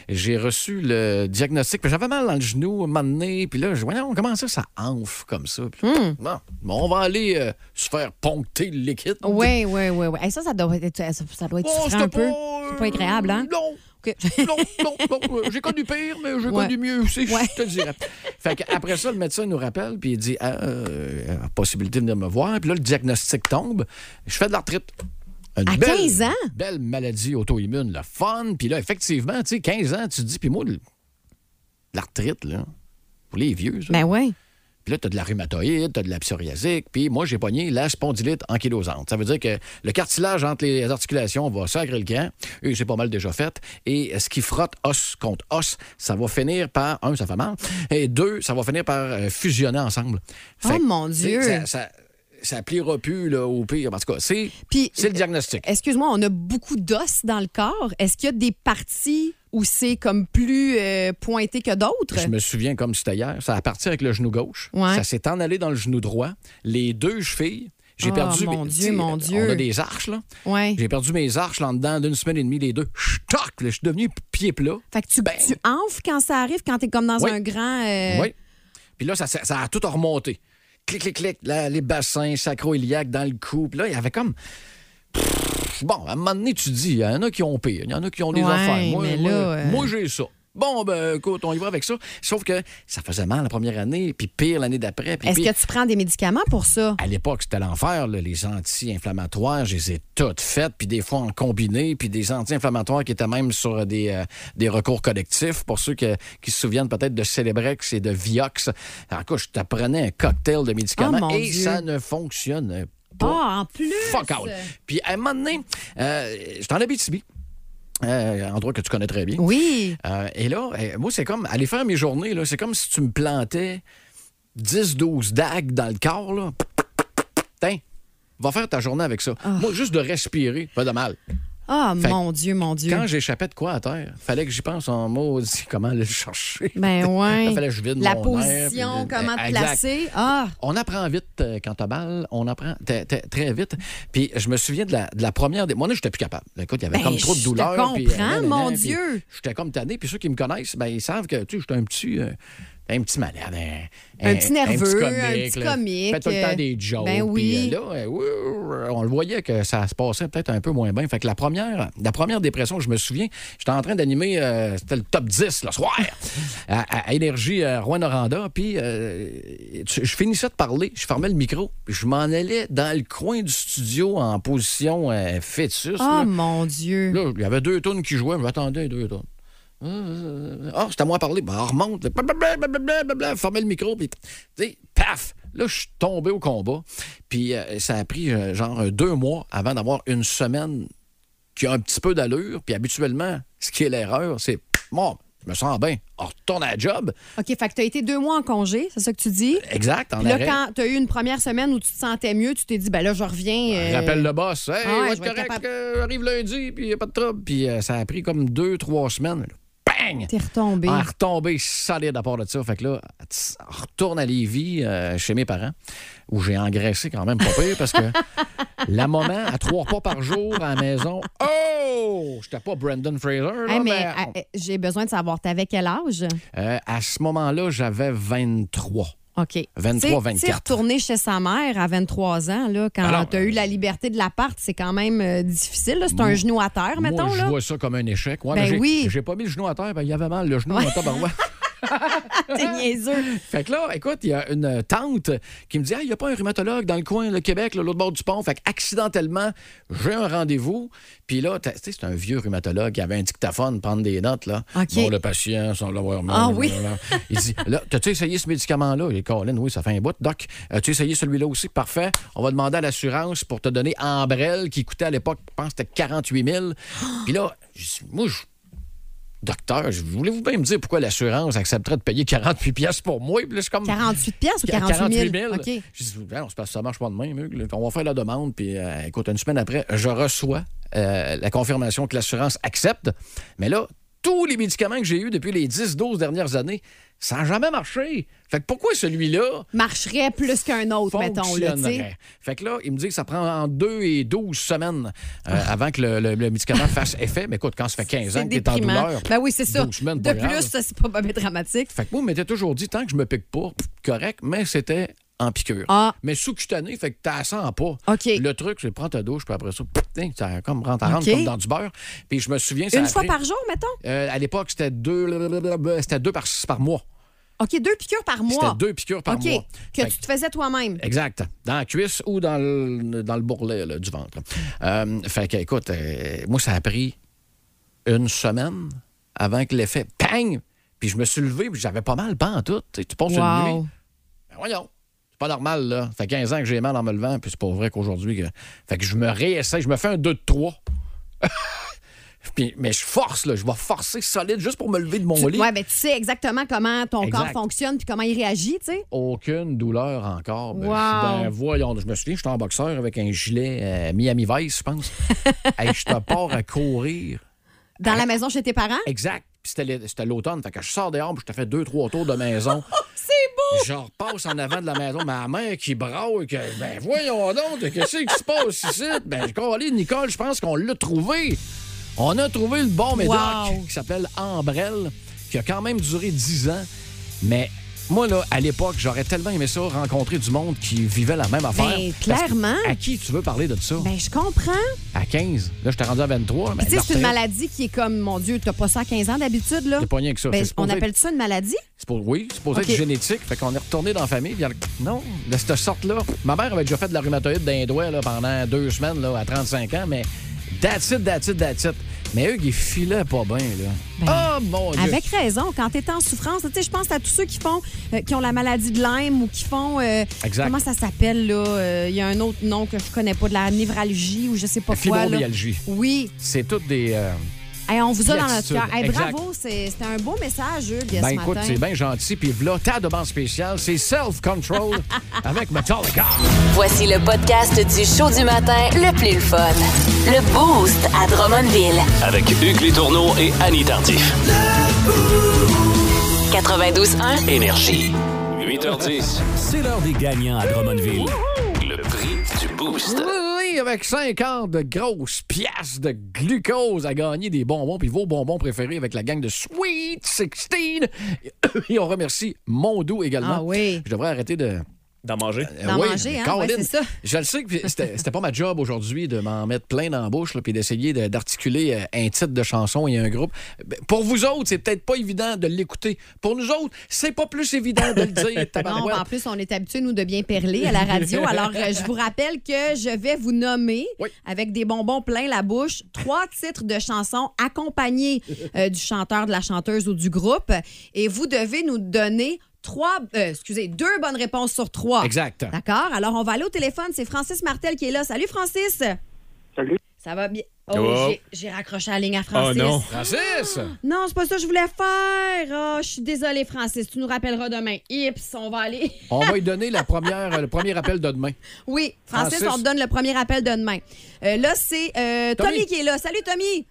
j'ai reçu le diagnostic. Puis J'avais mal dans le genou, m'amener, puis là, je dis, on comment ça, ça enfle comme ça? Puis, bon, on va aller euh, se faire poncter le liquide. Oui, oui, oui. oui. Hey, ça, ça doit être, ça, ça doit être Bon, souffrant c'était un peu. pas, Oh, C'est pas agréable, hein? Non. OK. Non, non, non. euh, J'ai connu pire, mais j'ai Ouais. connu mieux aussi, Ouais. je te le dirais. Fait que après ça, le médecin nous rappelle, puis il dit Ah, euh, possibilité de venir me voir. Puis là, le diagnostic tombe. Je fais de l'arthrite. Une À 15 ans? Belle maladie auto-immune, le fun. Puis là, effectivement, tu sais, 15 ans, tu te dis, puis moi, le- l'arthrite, là, pour les vieux, ça. Ben oui. Puis là, t'as de la rhumatoïde, t'as de la psoriasique, puis moi, j'ai pogné la spondylite ankylosante. Ça veut dire que le cartilage entre les articulations va sacrer le camp, et c'est pas mal déjà fait, et ce qui frotte os contre os, ça va finir par, un, ça fait mal, et deux, ça va finir par euh, fusionner ensemble. Oh, que, mon tu sais, Dieu! Ça, ça, ça pliera plus, là, au pire. En tout cas, c'est Puis- c'est le diagnostic. Excuse-moi, on a beaucoup d'os dans le corps. Est-ce qu'il y a des parties où c'est comme plus euh, pointé que d'autres? Je me souviens comme c'était hier. Ça a parti avec le genou gauche. Ouais. Ça s'est en allé dans le genou droit. Les deux chevilles. J'ai Ah, perdu. mon mes- Dieu, tu sais, mon Dieu. On a des arches, là. Ouais. J'ai perdu mes arches là dedans d'une semaine et demie, les deux. Ch'toc! là, Je suis devenu pied plat. Fait que tu, Ben. tu enfles quand ça arrive, quand t'es comme dans Oui. un grand. euh, Oui. Puis là, ça, ça- ça a tout remonté. Clic, clic, clic. Là, les bassins sacro-iliaques dans le cou. Puis là, il y avait comme. Pfff, Bon, à un moment donné, tu te dis, il y en a qui ont pire, il y en a qui ont des Ouais, affaires. Moi, mais moi, là, euh, moi, j'ai ça. Bon, ben, écoute, on y va avec ça. Sauf que ça faisait mal la première année, puis pire l'année d'après. puis Est-ce pire. que tu prends des médicaments pour ça? À l'époque, c'était l'enfer, là, les anti-inflammatoires, je les ai toutes faites, puis des fois en combiné, puis des anti-inflammatoires qui étaient même sur des, euh, des recours collectifs. Pour ceux que- qui se souviennent peut-être de Celebrex et de Vioxx, en quoi je t'apprenais un cocktail de Oh, médicaments mon et Dieu. ça ne fonctionne pas. Ah, en plus! Fuck out. Puis à un moment donné, euh, j'étais en Abitibi, euh, endroit que tu connais très bien. Oui. Euh, et là, euh, moi, c'est comme aller faire mes journées, là, c'est comme si tu me plantais 10-12 dagues dans le corps. Là. Tiens, va faire ta journée avec ça. Moi, juste de respirer, pas de mal. Ah, Fait que mon Dieu, mon Dieu. Quand j'échappais de quoi à terre, fallait que j'y pense en maudit comment aller le chercher. Ben ouais. fallait que je vide La mon nerf, puis position, de- comment te Exact. placer. Ah, On apprend vite euh, quand t'as balle, on apprend t- t- très vite. Puis je me souviens de la, de la première. des- Moi, là, j'étais plus capable. Écoute, il y avait Ben, comme trop de je te douleur. puis, euh, comprends, nanana, mon puis Dieu. J'étais comme tanné. Puis ceux qui me connaissent, ben, ils savent que tu sais, j'étais un petit. euh, un petit malade, un, Un petit nerveux, un comique, petit là. comique, Fait tout le euh, temps des jokes. ben oui. Puis, euh, là, euh, ouh, on le voyait que ça se passait peut-être un peu moins bien. Fait que la première, la première dépression, je me souviens, j'étais en train d'animer, euh, c'était le top 10 le soir, à, à Énergie à Rouen-Oranda. Puis euh, tu- je finissais de parler, je fermais le micro, puis je m'en allais dans le coin du studio en position euh, fœtus. Oh, mon Dieu! Là, il y avait deux tonnes qui jouaient, je m'attendais à deux tonnes. Ah, c'est à moi de parler. Ben, on remonte. Blablabla, blablabla, blablabla, Fermez le micro. Puis, tu sais, paf! Là, je suis tombé au combat. Puis, euh, ça a pris euh, genre euh, deux mois avant d'avoir une semaine qui a un petit peu d'allure. Puis, habituellement, ce qui est l'erreur, c'est bon, je me sens bien. On retourne à la job. OK, fait que tu as été deux mois en congé, c'est ça que tu dis? Exact, en Puis là, arrêt. quand tu as eu une première semaine où tu te sentais mieux, tu t'es dit, ben là, je reviens. euh, Rappelle le boss. Hey, ouais, ouais, je c'est vais être correct, capable. euh, arrive lundi, puis il a pas de trouble. Puis, euh, ça a pris comme deux, trois semaines. là. Bang! T'es retombé. Ah, retombé solide à part de ça. Fait que là, tss, on retourne à Lévis euh, chez mes parents, où j'ai engraissé quand même pas pire parce que la maman, à trois pas par jour à la maison, oh! J'étais pas Brandon Fraser, là, Hey, mais mais, euh, j'ai besoin de savoir, t'avais quel âge? euh, à ce moment-là, j'avais 23. OK. 23, T'sais, t'sais, 24. retourner chez sa mère à 23 ans, là, quand Alors, euh, tu as eu la liberté de l'appart, c'est quand même euh, difficile. là. C'est Moi- un genou à terre, mettons. Moi, je là. vois ça comme un échec. Ouais, Ben mais j'ai- oui. J'ai pas mis le genou à terre, ben, il y avait mal le genou en tabarouette. T'es niaiseux. Fait que là, écoute, il y a une tante qui me dit Ah, il n'y a pas un rhumatologue dans le coin, le Québec, là, l'autre bord du pont. Fait que accidentellement, j'ai un rendez-vous. Puis là, t'as- tu sais, c'est un vieux rhumatologue qui avait un dictaphone, prendre des notes. là. OK. Bon, le patient, sans l'avoir mal. Ah oui. Il dit Là, t'as-tu essayé ce médicament-là Il dit Colin, oui, ça fait un bout. Doc, as-tu essayé celui-là aussi Parfait. On va demander à l'assurance pour te donner Ambrel, qui coûtait à l'époque, je pense, que c'était 48 000. Puis là, je dis, moi, je Docteur, je- voulez-vous bien me dire pourquoi l'assurance accepterait de payer 48 pièces pour moi? Puis là, je suis comme... 48 piastres ou 48 000? OK. Je dis, Ben, non, c'est parce que ça marche pas de même. Hugues, là. On va faire la demande. Puis euh, écoute, une semaine après, je reçois euh, la confirmation que l'assurance accepte. Mais là, tous les médicaments que j'ai eus depuis les 10-12 dernières années, ça n'a jamais marché. Fait que pourquoi celui-là Marcherait plus qu'un autre, mettons. Là, tu sais. fonctionnerait? Fait que là, il me dit que ça prend en 2 et 12 semaines euh, avant que le, le- le médicament fasse effet. Mais écoute, quand ça fait 15 Ah. C'est ans que t'es en déprimant. douleur, Ben oui, c'est ça. 12 semaines, de pas plus, grave. ça, c'est pas bien dramatique. Fait que moi, on m'était toujours dit, tant que je me pique pas, pff, correct, mais c'était en piqûre. Ah. Mais sous-cutané, fait que t'as sens pas. Le truc, c'est prends ta douche, puis après ça, pff, tiens, ça comme rentre, rentre OK. comme dans du beurre. Puis je me souviens, ça Une a fois pris- par jour, mettons? Euh, à l'époque, c'était deux, c'était deux par, par mois. OK, deux piqûres par mois. C'était deux piqûres par OK, mois. Que Fait tu te faisais toi-même. Exact. Dans la cuisse ou dans le, dans le bourrelet là, du ventre. Euh, fait que, écoute, euh, moi, ça a pris une semaine avant que l'effet pang! Puis je me suis levé, puis j'avais pas mal, pas en tout. Tu sais, tu passes une Wow. nuit. Ben voyons. C'est pas normal, là. Ça fait 15 ans que j'ai mal en me levant, puis c'est pas vrai qu'aujourd'hui. que- Fait que je me réessaye, je me fais un 2 de 3. puis, mais je force, là. Je vais forcer solide juste pour me lever de mon Tu, lit. ouais, ben, tu sais exactement comment ton Exact. corps fonctionne puis comment il réagit, tu sais. aucune douleur encore. Ben, Wow. je- ben, voyons, je me souviens, j'étais en boxeur avec un gilet euh, Miami Vice, je pense. Hey, je te pars à courir. Dans la maison chez tes parents? Exact. Puis c'était l'é- c'était l'automne. Fait que je sors dehors, puis je te fais deux, trois tours de maison. Oh, C'est beau! Je repasse en avant de la maison, ma mère qui braille, que ben voyons donc, qu'est-ce qui se passe ici? Ben, Colin, Nicole, je pense qu'on l'a trouvé. On a trouvé le bon médoc Wow. qui s'appelle Ambrel, qui a quand même duré 10 ans. Mais moi, là, à l'époque, j'aurais tellement aimé ça, rencontrer du monde qui vivait la même affaire. Ben, Parce que clairement. À qui tu veux parler de ça? Ben, je comprends. À 15. Là, je t'ai rendu à 23. Puis, Ben, tu sais, c'est une la retraite, maladie qui est comme, mon Dieu, t'as pas ça à 15 ans d'habitude, là. T'es pas rien que ça. Ben, C'est on supposé- Oh, appelle ça une maladie? C'est pour- oui, c'est supposé OK. être génétique. Fait qu'on est retourné dans la famille. puis elle- non, de cette sorte-là. Ma mère avait déjà fait de la rhumatoïde d'un doigt là, pendant deux semaines là, à 35 ans, mais that's it, that's it, that's it. Mais Hugues, il filait pas bien. là. Ah, mon Dieu! Ben, Avec raison, quand t'es en souffrance, tu sais, je pense à tous ceux qui font, euh, qui ont la maladie de Lyme ou qui font, euh, Exact. comment ça s'appelle là Euh, Il y a un autre nom que je connais pas, de la névralgie ou je sais pas La quoi. là. fibromyalgie. Oui. C'est toutes des. euh, Hey, on vous a Puis dans notre attitude. cœur. Hey, Exact. bravo, c'est- c'était un beau message, Jules, Ben ce écoute, matin. c'est bien gentil. Puis là, ta demande spéciale, c'est Self-Control avec Metallica. Voici le podcast du show du matin le plus fun. Le Boost à Drummondville. Avec Hugues Létourneau et Annie Tardif. 92.1. Énergie. 8h10. C'est l'heure des gagnants à Drummondville. Le prix du boost. Oui, oui, avec 50 de grosses pièces de glucose à gagner des bonbons, puis vos bonbons préférés avec la gang de Sweet 16. Et on remercie Mondou également. Ah oui. Je devrais arrêter de... D'en manger. Euh, D'en oui, manger, hein? Caroline, Ouais, c'est ça. Je le sais que c'était c'était pas ma job aujourd'hui de m'en mettre plein dans la bouche là, puis d'essayer de- d'articuler euh, un titre de chanson et un groupe. Ben, Pour vous autres, c'est peut-être pas évident de l'écouter. Pour nous autres, c'est pas plus évident de le dire. Non, tabarouette. ben, en plus, on est habitués, nous, de bien perler à la radio. Alors, euh, je vous rappelle que je vais vous nommer, avec des bonbons plein la bouche, trois titres de chansons accompagnés euh, du chanteur, de la chanteuse ou du groupe. Et vous devez nous donner trois, euh, excusez, deux bonnes réponses sur trois. Exact. D'accord? Alors, on va aller au téléphone. C'est Francis Martel qui est là. Salut, Francis. Salut. Ça va bien? Oh, Oh. j'ai- j'ai raccroché la ligne à Francis. Francis! Non, c'est pas ça que je voulais faire. Ah, je suis désolée, Francis. Tu nous rappelleras demain. Ips, on va aller. On va lui donner la première, le premier appel de demain. Oui, Francis, Francis. on te donne le premier appel de demain. Euh, là, c'est euh, Tommy. Tommy qui est là. Salut, Tommy.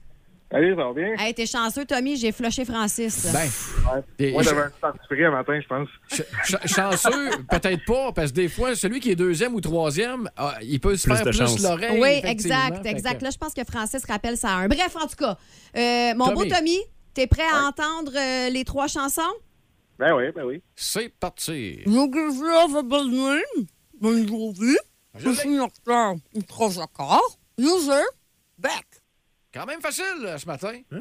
Allez, ça va bien? Hey, t'es chanceux, Tommy. J'ai flushé Francis. Ben, Et- Moi, j'avais un start frais un matin, je pense. Ch- chanceux, peut-être pas, parce que des fois, celui qui est deuxième ou troisième, ah, il peut se Plus faire de plus chance. l'oreille. oui, effectivement. exact, Fait exact. que- Là, je pense que Francis rappelle ça à un. Bref, en tout cas, euh, mon Tommy. beau Tommy, t'es prêt à entendre euh, les trois chansons? Ben oui, ben oui. C'est parti. Bonne journée. Je suis en retard. Trois accords. User. Back. Quand même facile euh, ce matin. Hein?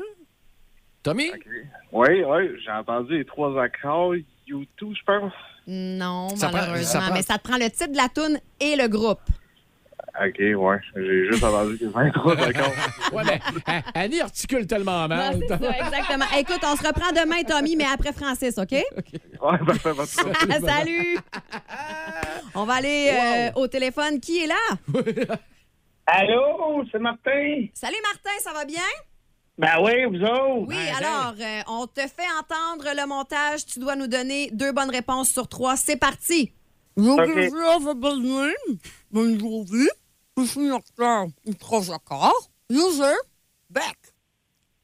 Tommy? Oui, oui, j'ai entendu les trois accords, YouTube, je pense. Non, Ça prend- malheureusement. ça prend- Mais ça te prend le titre de la tune et le groupe. OK, ouais, j'ai juste entendu les 23 accords. Ouais, mais A- Annie articule tellement mal. C'est ça, exactement. Écoute, on se reprend demain, Tommy, mais après Francis, OK? Ouais, parfait, parfait. Ah, Salut! On va aller euh, au téléphone. Qui est là? Allô, c'est Martin. Salut Martin, ça va bien? Ben oui, vous autres. Oui, alors, euh, on te fait entendre le montage. Tu dois nous donner deux bonnes réponses sur trois. C'est parti! User of a name. Bonne journée. Je suis en retard. Trois accords. User. Back.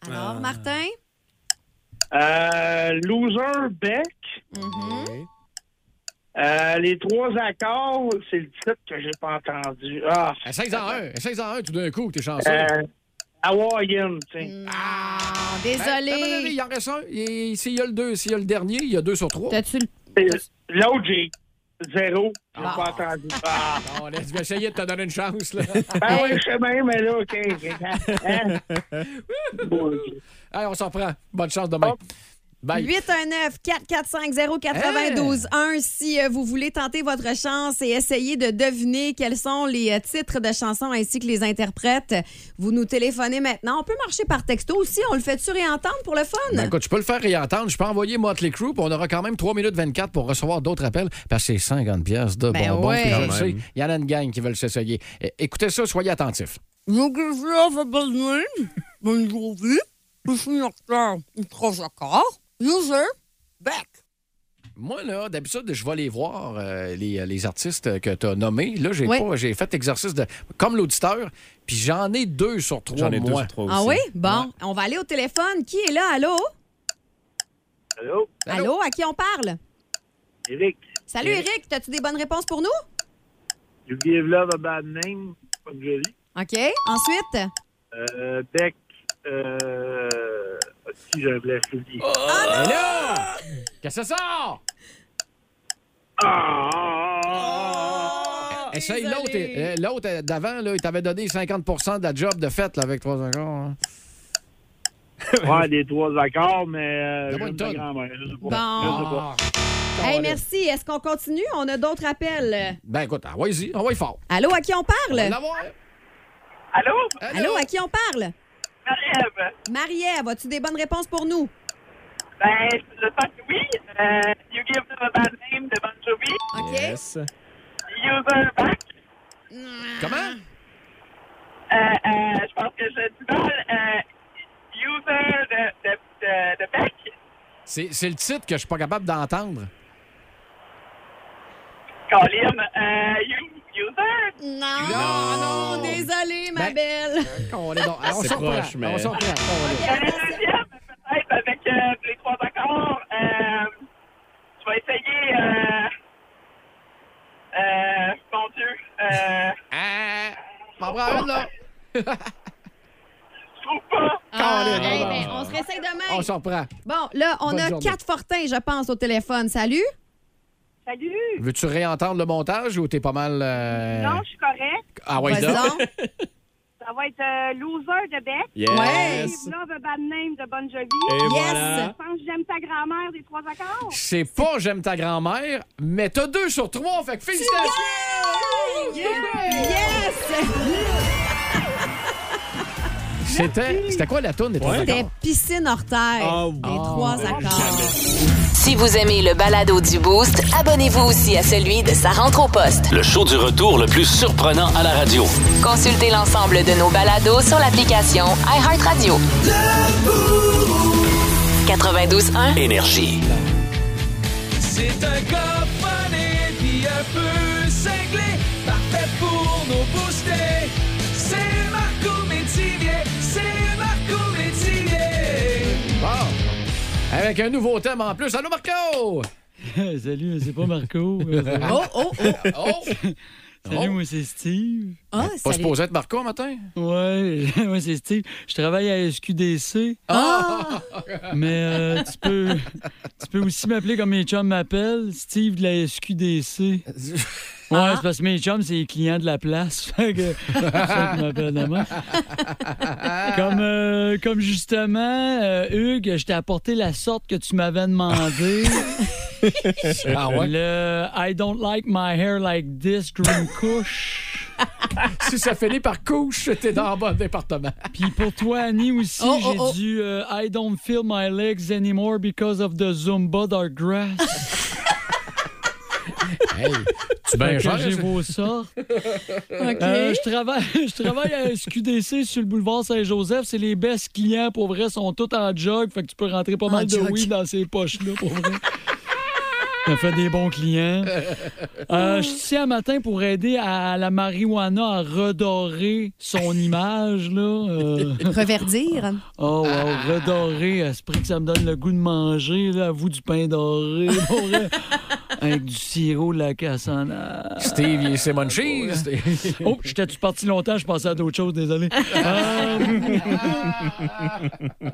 Alors, Martin? Euh, loser Beck. Mm-hmm. Euh, les trois accords, c'est le titre que j'ai pas entendu. Ah. Essaye-en un, essaye-en un tout d'un coup, t'es chanceux. Euh, Hawaiian, tu sais. Ah, Ben, attends, attends, il en reste un. Il- S'il y a le deux, s'il y a le dernier, il y a deux sur trois. T'as-tu le... L'autre, j'ai zéro. J'ai Mm. Ah. pas entendu. Ah. On laisse- je vais essayer de te donner une chance. Là. Ben oui, je sais bien, mais là, OK. OK. Hein? Allez, on s'en prend. Bonne chance Oh. demain. Bye. 819 445 092 1 si euh, vous voulez tenter votre chance et essayer de deviner quels sont les euh, titres de chansons ainsi que les interprètes. Vous nous téléphonez maintenant. On peut marcher par texto aussi. On le fait tu réentendre pour le fun? Ben, écoute, je peux le faire et entendre. Je peux envoyer Motley Crue, puis on aura quand même 3 minutes 24 pour recevoir d'autres appels, parce que c'est 50 pièces de Ben bonbons. ouais. puis je le Quand sais, même. il y en a une gang qui veulent s'essayer. É- Écoutez ça, soyez attentifs. User of a name. Bonne journée. Je suis en retard. Trois accords. User. Back. Moi, là, d'habitude, je vais les voir, euh, les, les artistes que tu as nommés. Là, j'ai Oui. pas, j'ai fait l'exercice de. Comme l'auditeur, puis j'en ai deux sur trois. J'en ai deux moi. sur trois Ah oui? Bon, on va aller au téléphone. Qui est là? Allô? Allô? Allô? À qui on parle? Eric. Salut, Eric. Eric. As-tu des bonnes réponses pour nous? You give love a bad name. Pas de joli. OK. Ensuite? Euh, Beck. Euh... Si j'ai un blessé. Oh, là! Qu'est-ce que ça sort? Ah! Essaye Désolé. Eh, l'autre. euh, L'autre euh, d'avant, là, il t'avait donné 50 de la job de fête là, avec trois encore. hein. Ouais, des trois accords, mais. Euh, Donne-moi j'aime une ta tonne. grand-mère, je sais pas. Bon. Je sais pas. Hey, merci. Est-ce qu'on continue? On a d'autres appels. Ben écoute, envoie-y, envoie fort. Allô? À qui on On va parle? l'avoir. Allô? Allô? À qui on parle? Marie-Ève. Marie-Ève, as-tu des bonnes réponses pour nous? Ben, je pense que oui. Euh, you give them a bad name de Bon Jovi. OK. Yes. User back. Comment? Euh, euh, je pense que je dis mal. Euh, user C'est c'est le titre que je suis pas capable d'entendre. Colin, euh, you, user? Non, non, désolée, ma Ben, belle. Oh, On est donc- on C'est s'en proche, reprend, mais- On s'en reprend, Oh. on est- Euh, deuxième, peut-être, avec euh, les trois accords. Euh, je vais essayer. Euh, euh, mon Dieu. Euh, Ah, M'en prends une, là. Colin, hey, non, ben, non. on se réessaye demain. On s'en reprend. Bon, là, on Bonne a journée. quatre fortins, je pense, au téléphone. Salut. Salut. Veux-tu réentendre le montage ou t'es pas mal. euh, Non, je suis correct. Ah ouais, Vas-y donc. donc. Ça va être euh, Loser de Beck. Yes. Ouais. Love a Bad Name de Bon Jovi. Et voilà. Je pense que j'aime ta grand-mère des trois accords. C'est pas J'aime ta grand-mère, mais t'as deux sur trois, fait que félicitations! C'était, c'était quoi la tourne des trois C'était accords? piscine hors terre. les trois accords. Si vous aimez le balado du Boost, abonnez-vous aussi à celui de Sa rentre au poste. Le show du retour le plus surprenant à la radio. Consultez l'ensemble de nos balados sur l'application iHeartRadio. 92.1 Énergie. C'est un gars funny, puis un peu cinglé, parfait pour nous booster. C'est Marco Métivier, c'est Marco Métivier. Bon. Avec un nouveau thème en plus. Allô, Marco! Salut, mais c'est pas Marco. Oh, oh, oh, oh! Salut, Oh. moi, c'est Steve. Ah, Pas supposé être Marco matin? Ouais, moi, c'est Steve. Je travaille à SQDC. Ah! Mais euh, tu, peux, tu peux aussi m'appeler comme mes chums m'appellent, Steve de la SQDC. Ouais, Ah. c'est parce que mes chums, c'est les clients de la place. Fait que c'est pour ça qu'ils m'appellent de même. comme, euh, comme justement, euh, Hugues, je t'ai apporté la sorte que tu m'avais demandé. Ah ouais? Le I don't like my hair like this, Green Kush. si ça finit par couche, t'es dans le bon département. Puis pour toi, Annie, aussi, Oh, oh, j'ai oh. du euh, I don't feel my legs anymore because of the Zumba dark grass. Hey, tu Fait bien que cher. J'ai ça. vos sorts. Euh, je, travaille, je travaille à SQDC sur le boulevard Saint-Joseph. C'est les best clients. Pour vrai, sont tous en jog. Fait que tu peux rentrer pas En mal de jog. weed dans ces poches-là, pour vrai. Ça fait des bons clients. Euh, je suis ici un matin pour aider à la marijuana à redorer son image. Là. Euh, Reverdir. Oh, wow, redorer, à ce prix que ça me donne le goût de manger, là, à vous du pain doré, pour vrai, avec du sirop de la cassonade. Steve, il est Simon Cheese. Oh, j'étais-tu parti longtemps, je pensais à d'autres choses, désolé. Euh,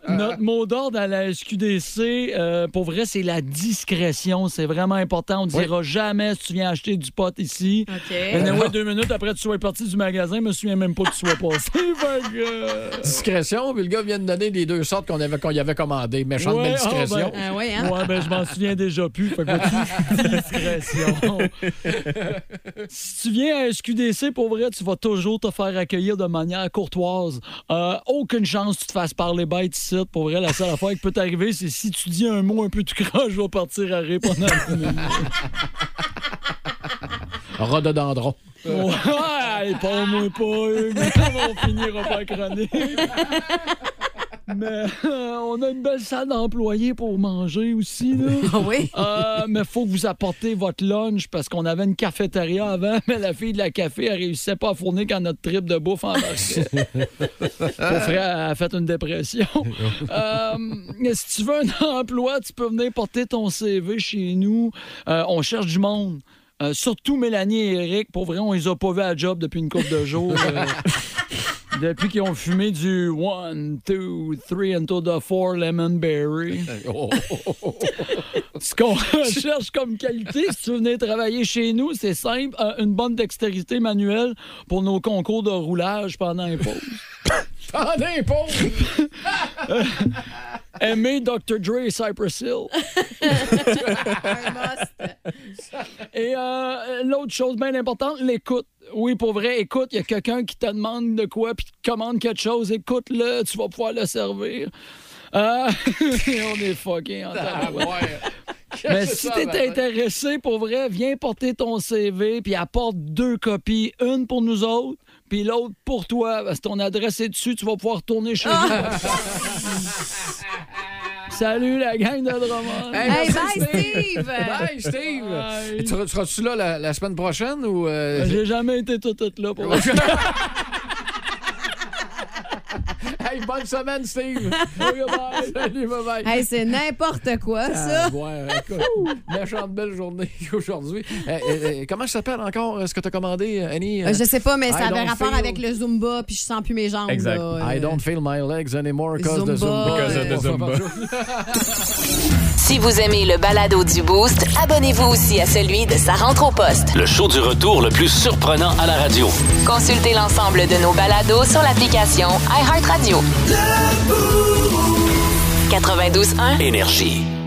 notre mot d'ordre à la SQDC, euh, pour vrai, c'est la discrétion. C'est vraiment important. On ne Oui. dira jamais si tu viens acheter du pot ici. OK. Anyway, deux minutes après, tu sois parti du magasin, je me souviens même pas que tu sois passé. Fait que, euh, Discrétion, puis le gars vient de donner les deux sortes qu'on avait, qu'on y avait commandées. Méchante Ouais, belle ah, ben, discrétion. ouais, hein? ouais, ben, je m'en souviens déjà plus. Fait que vas-tu- discrétion. si tu viens à SQDC, pour vrai, tu vas toujours te faire accueillir de manière courtoise. Euh, aucune chance que tu te fasses parler bête ici. Pour vrai, la seule affaire qui peut t'arriver, c'est si tu dis un mot un peu tout croche, je vais partir à rire pendant une minute. Rhododendron. Ouais, parle-moi pas, Hugues. On finira pas la chronique. Mais euh, on a une belle salle d'employés pour manger aussi. Là. Ah oui? Euh, mais faut que vous apportez votre lunch parce qu'on avait une cafétéria avant, mais la fille de la café, elle réussissait pas à fournir quand notre trip de bouffe embarquait. Mon frère a fait une dépression. Euh, si tu veux un emploi, tu peux venir porter ton CV chez nous. Euh, on cherche du monde. Euh, surtout Mélanie et Eric. Pour vrai, on les a pas vus à job depuis une couple de jours. Euh, depuis qu'ils ont fumé du 1, 2, 3, until the 4 lemon berry. Ce qu'on recherche comme qualité, si tu venais travailler chez nous, c'est simple, euh, une bonne dextérité manuelle pour nos concours de roulage pendant les pauses. Ah, pendant ben, les pauses! Aimer Dr. Dre et Cypress Hill. Et euh, l'autre chose bien importante, l'écoute. Oui, pour vrai, écoute, il y a quelqu'un qui te demande de quoi, puis te commande quelque chose, écoute-le, tu vas pouvoir le servir. Euh, on est fucking Ah, en tabarouette. Mais Ben, si t'es ben, intéressé, pour vrai, viens porter ton CV, puis apporte deux copies, une pour nous autres, puis l'autre pour toi, parce que ton adresse est dessus, tu vas pouvoir retourner chez nous. Salut la gang de Drummond. Hey, Hey, merci, bye, Steve! Bye, Steve! Bye. Et tu- Seras-tu là la, la semaine prochaine ou. euh, J'ai jamais été tout, tout là pour hey, bonne semaine, Steve! Salut, bye bye! Hey, c'est n'importe quoi, ça. Euh, Ouais, écoute, méchante belle journée aujourd'hui. Euh, euh, euh, comment ça s'appelle encore euh, ce que tu as commandé, Annie? Euh, Je sais pas, mais I ça avait don't rapport feel- avec le Zumba, puis je sens plus mes jambes. Exact. là. I don't feel my legs anymore because euh, Zumba, the Zumba. Because of the Zumba. Si vous aimez le balado du Boost, abonnez-vous aussi à celui de Sa rentre au poste. Le show du retour le plus surprenant à la radio. Consultez l'ensemble de nos balados sur l'application iHeartRadio. 92.1 Énergie.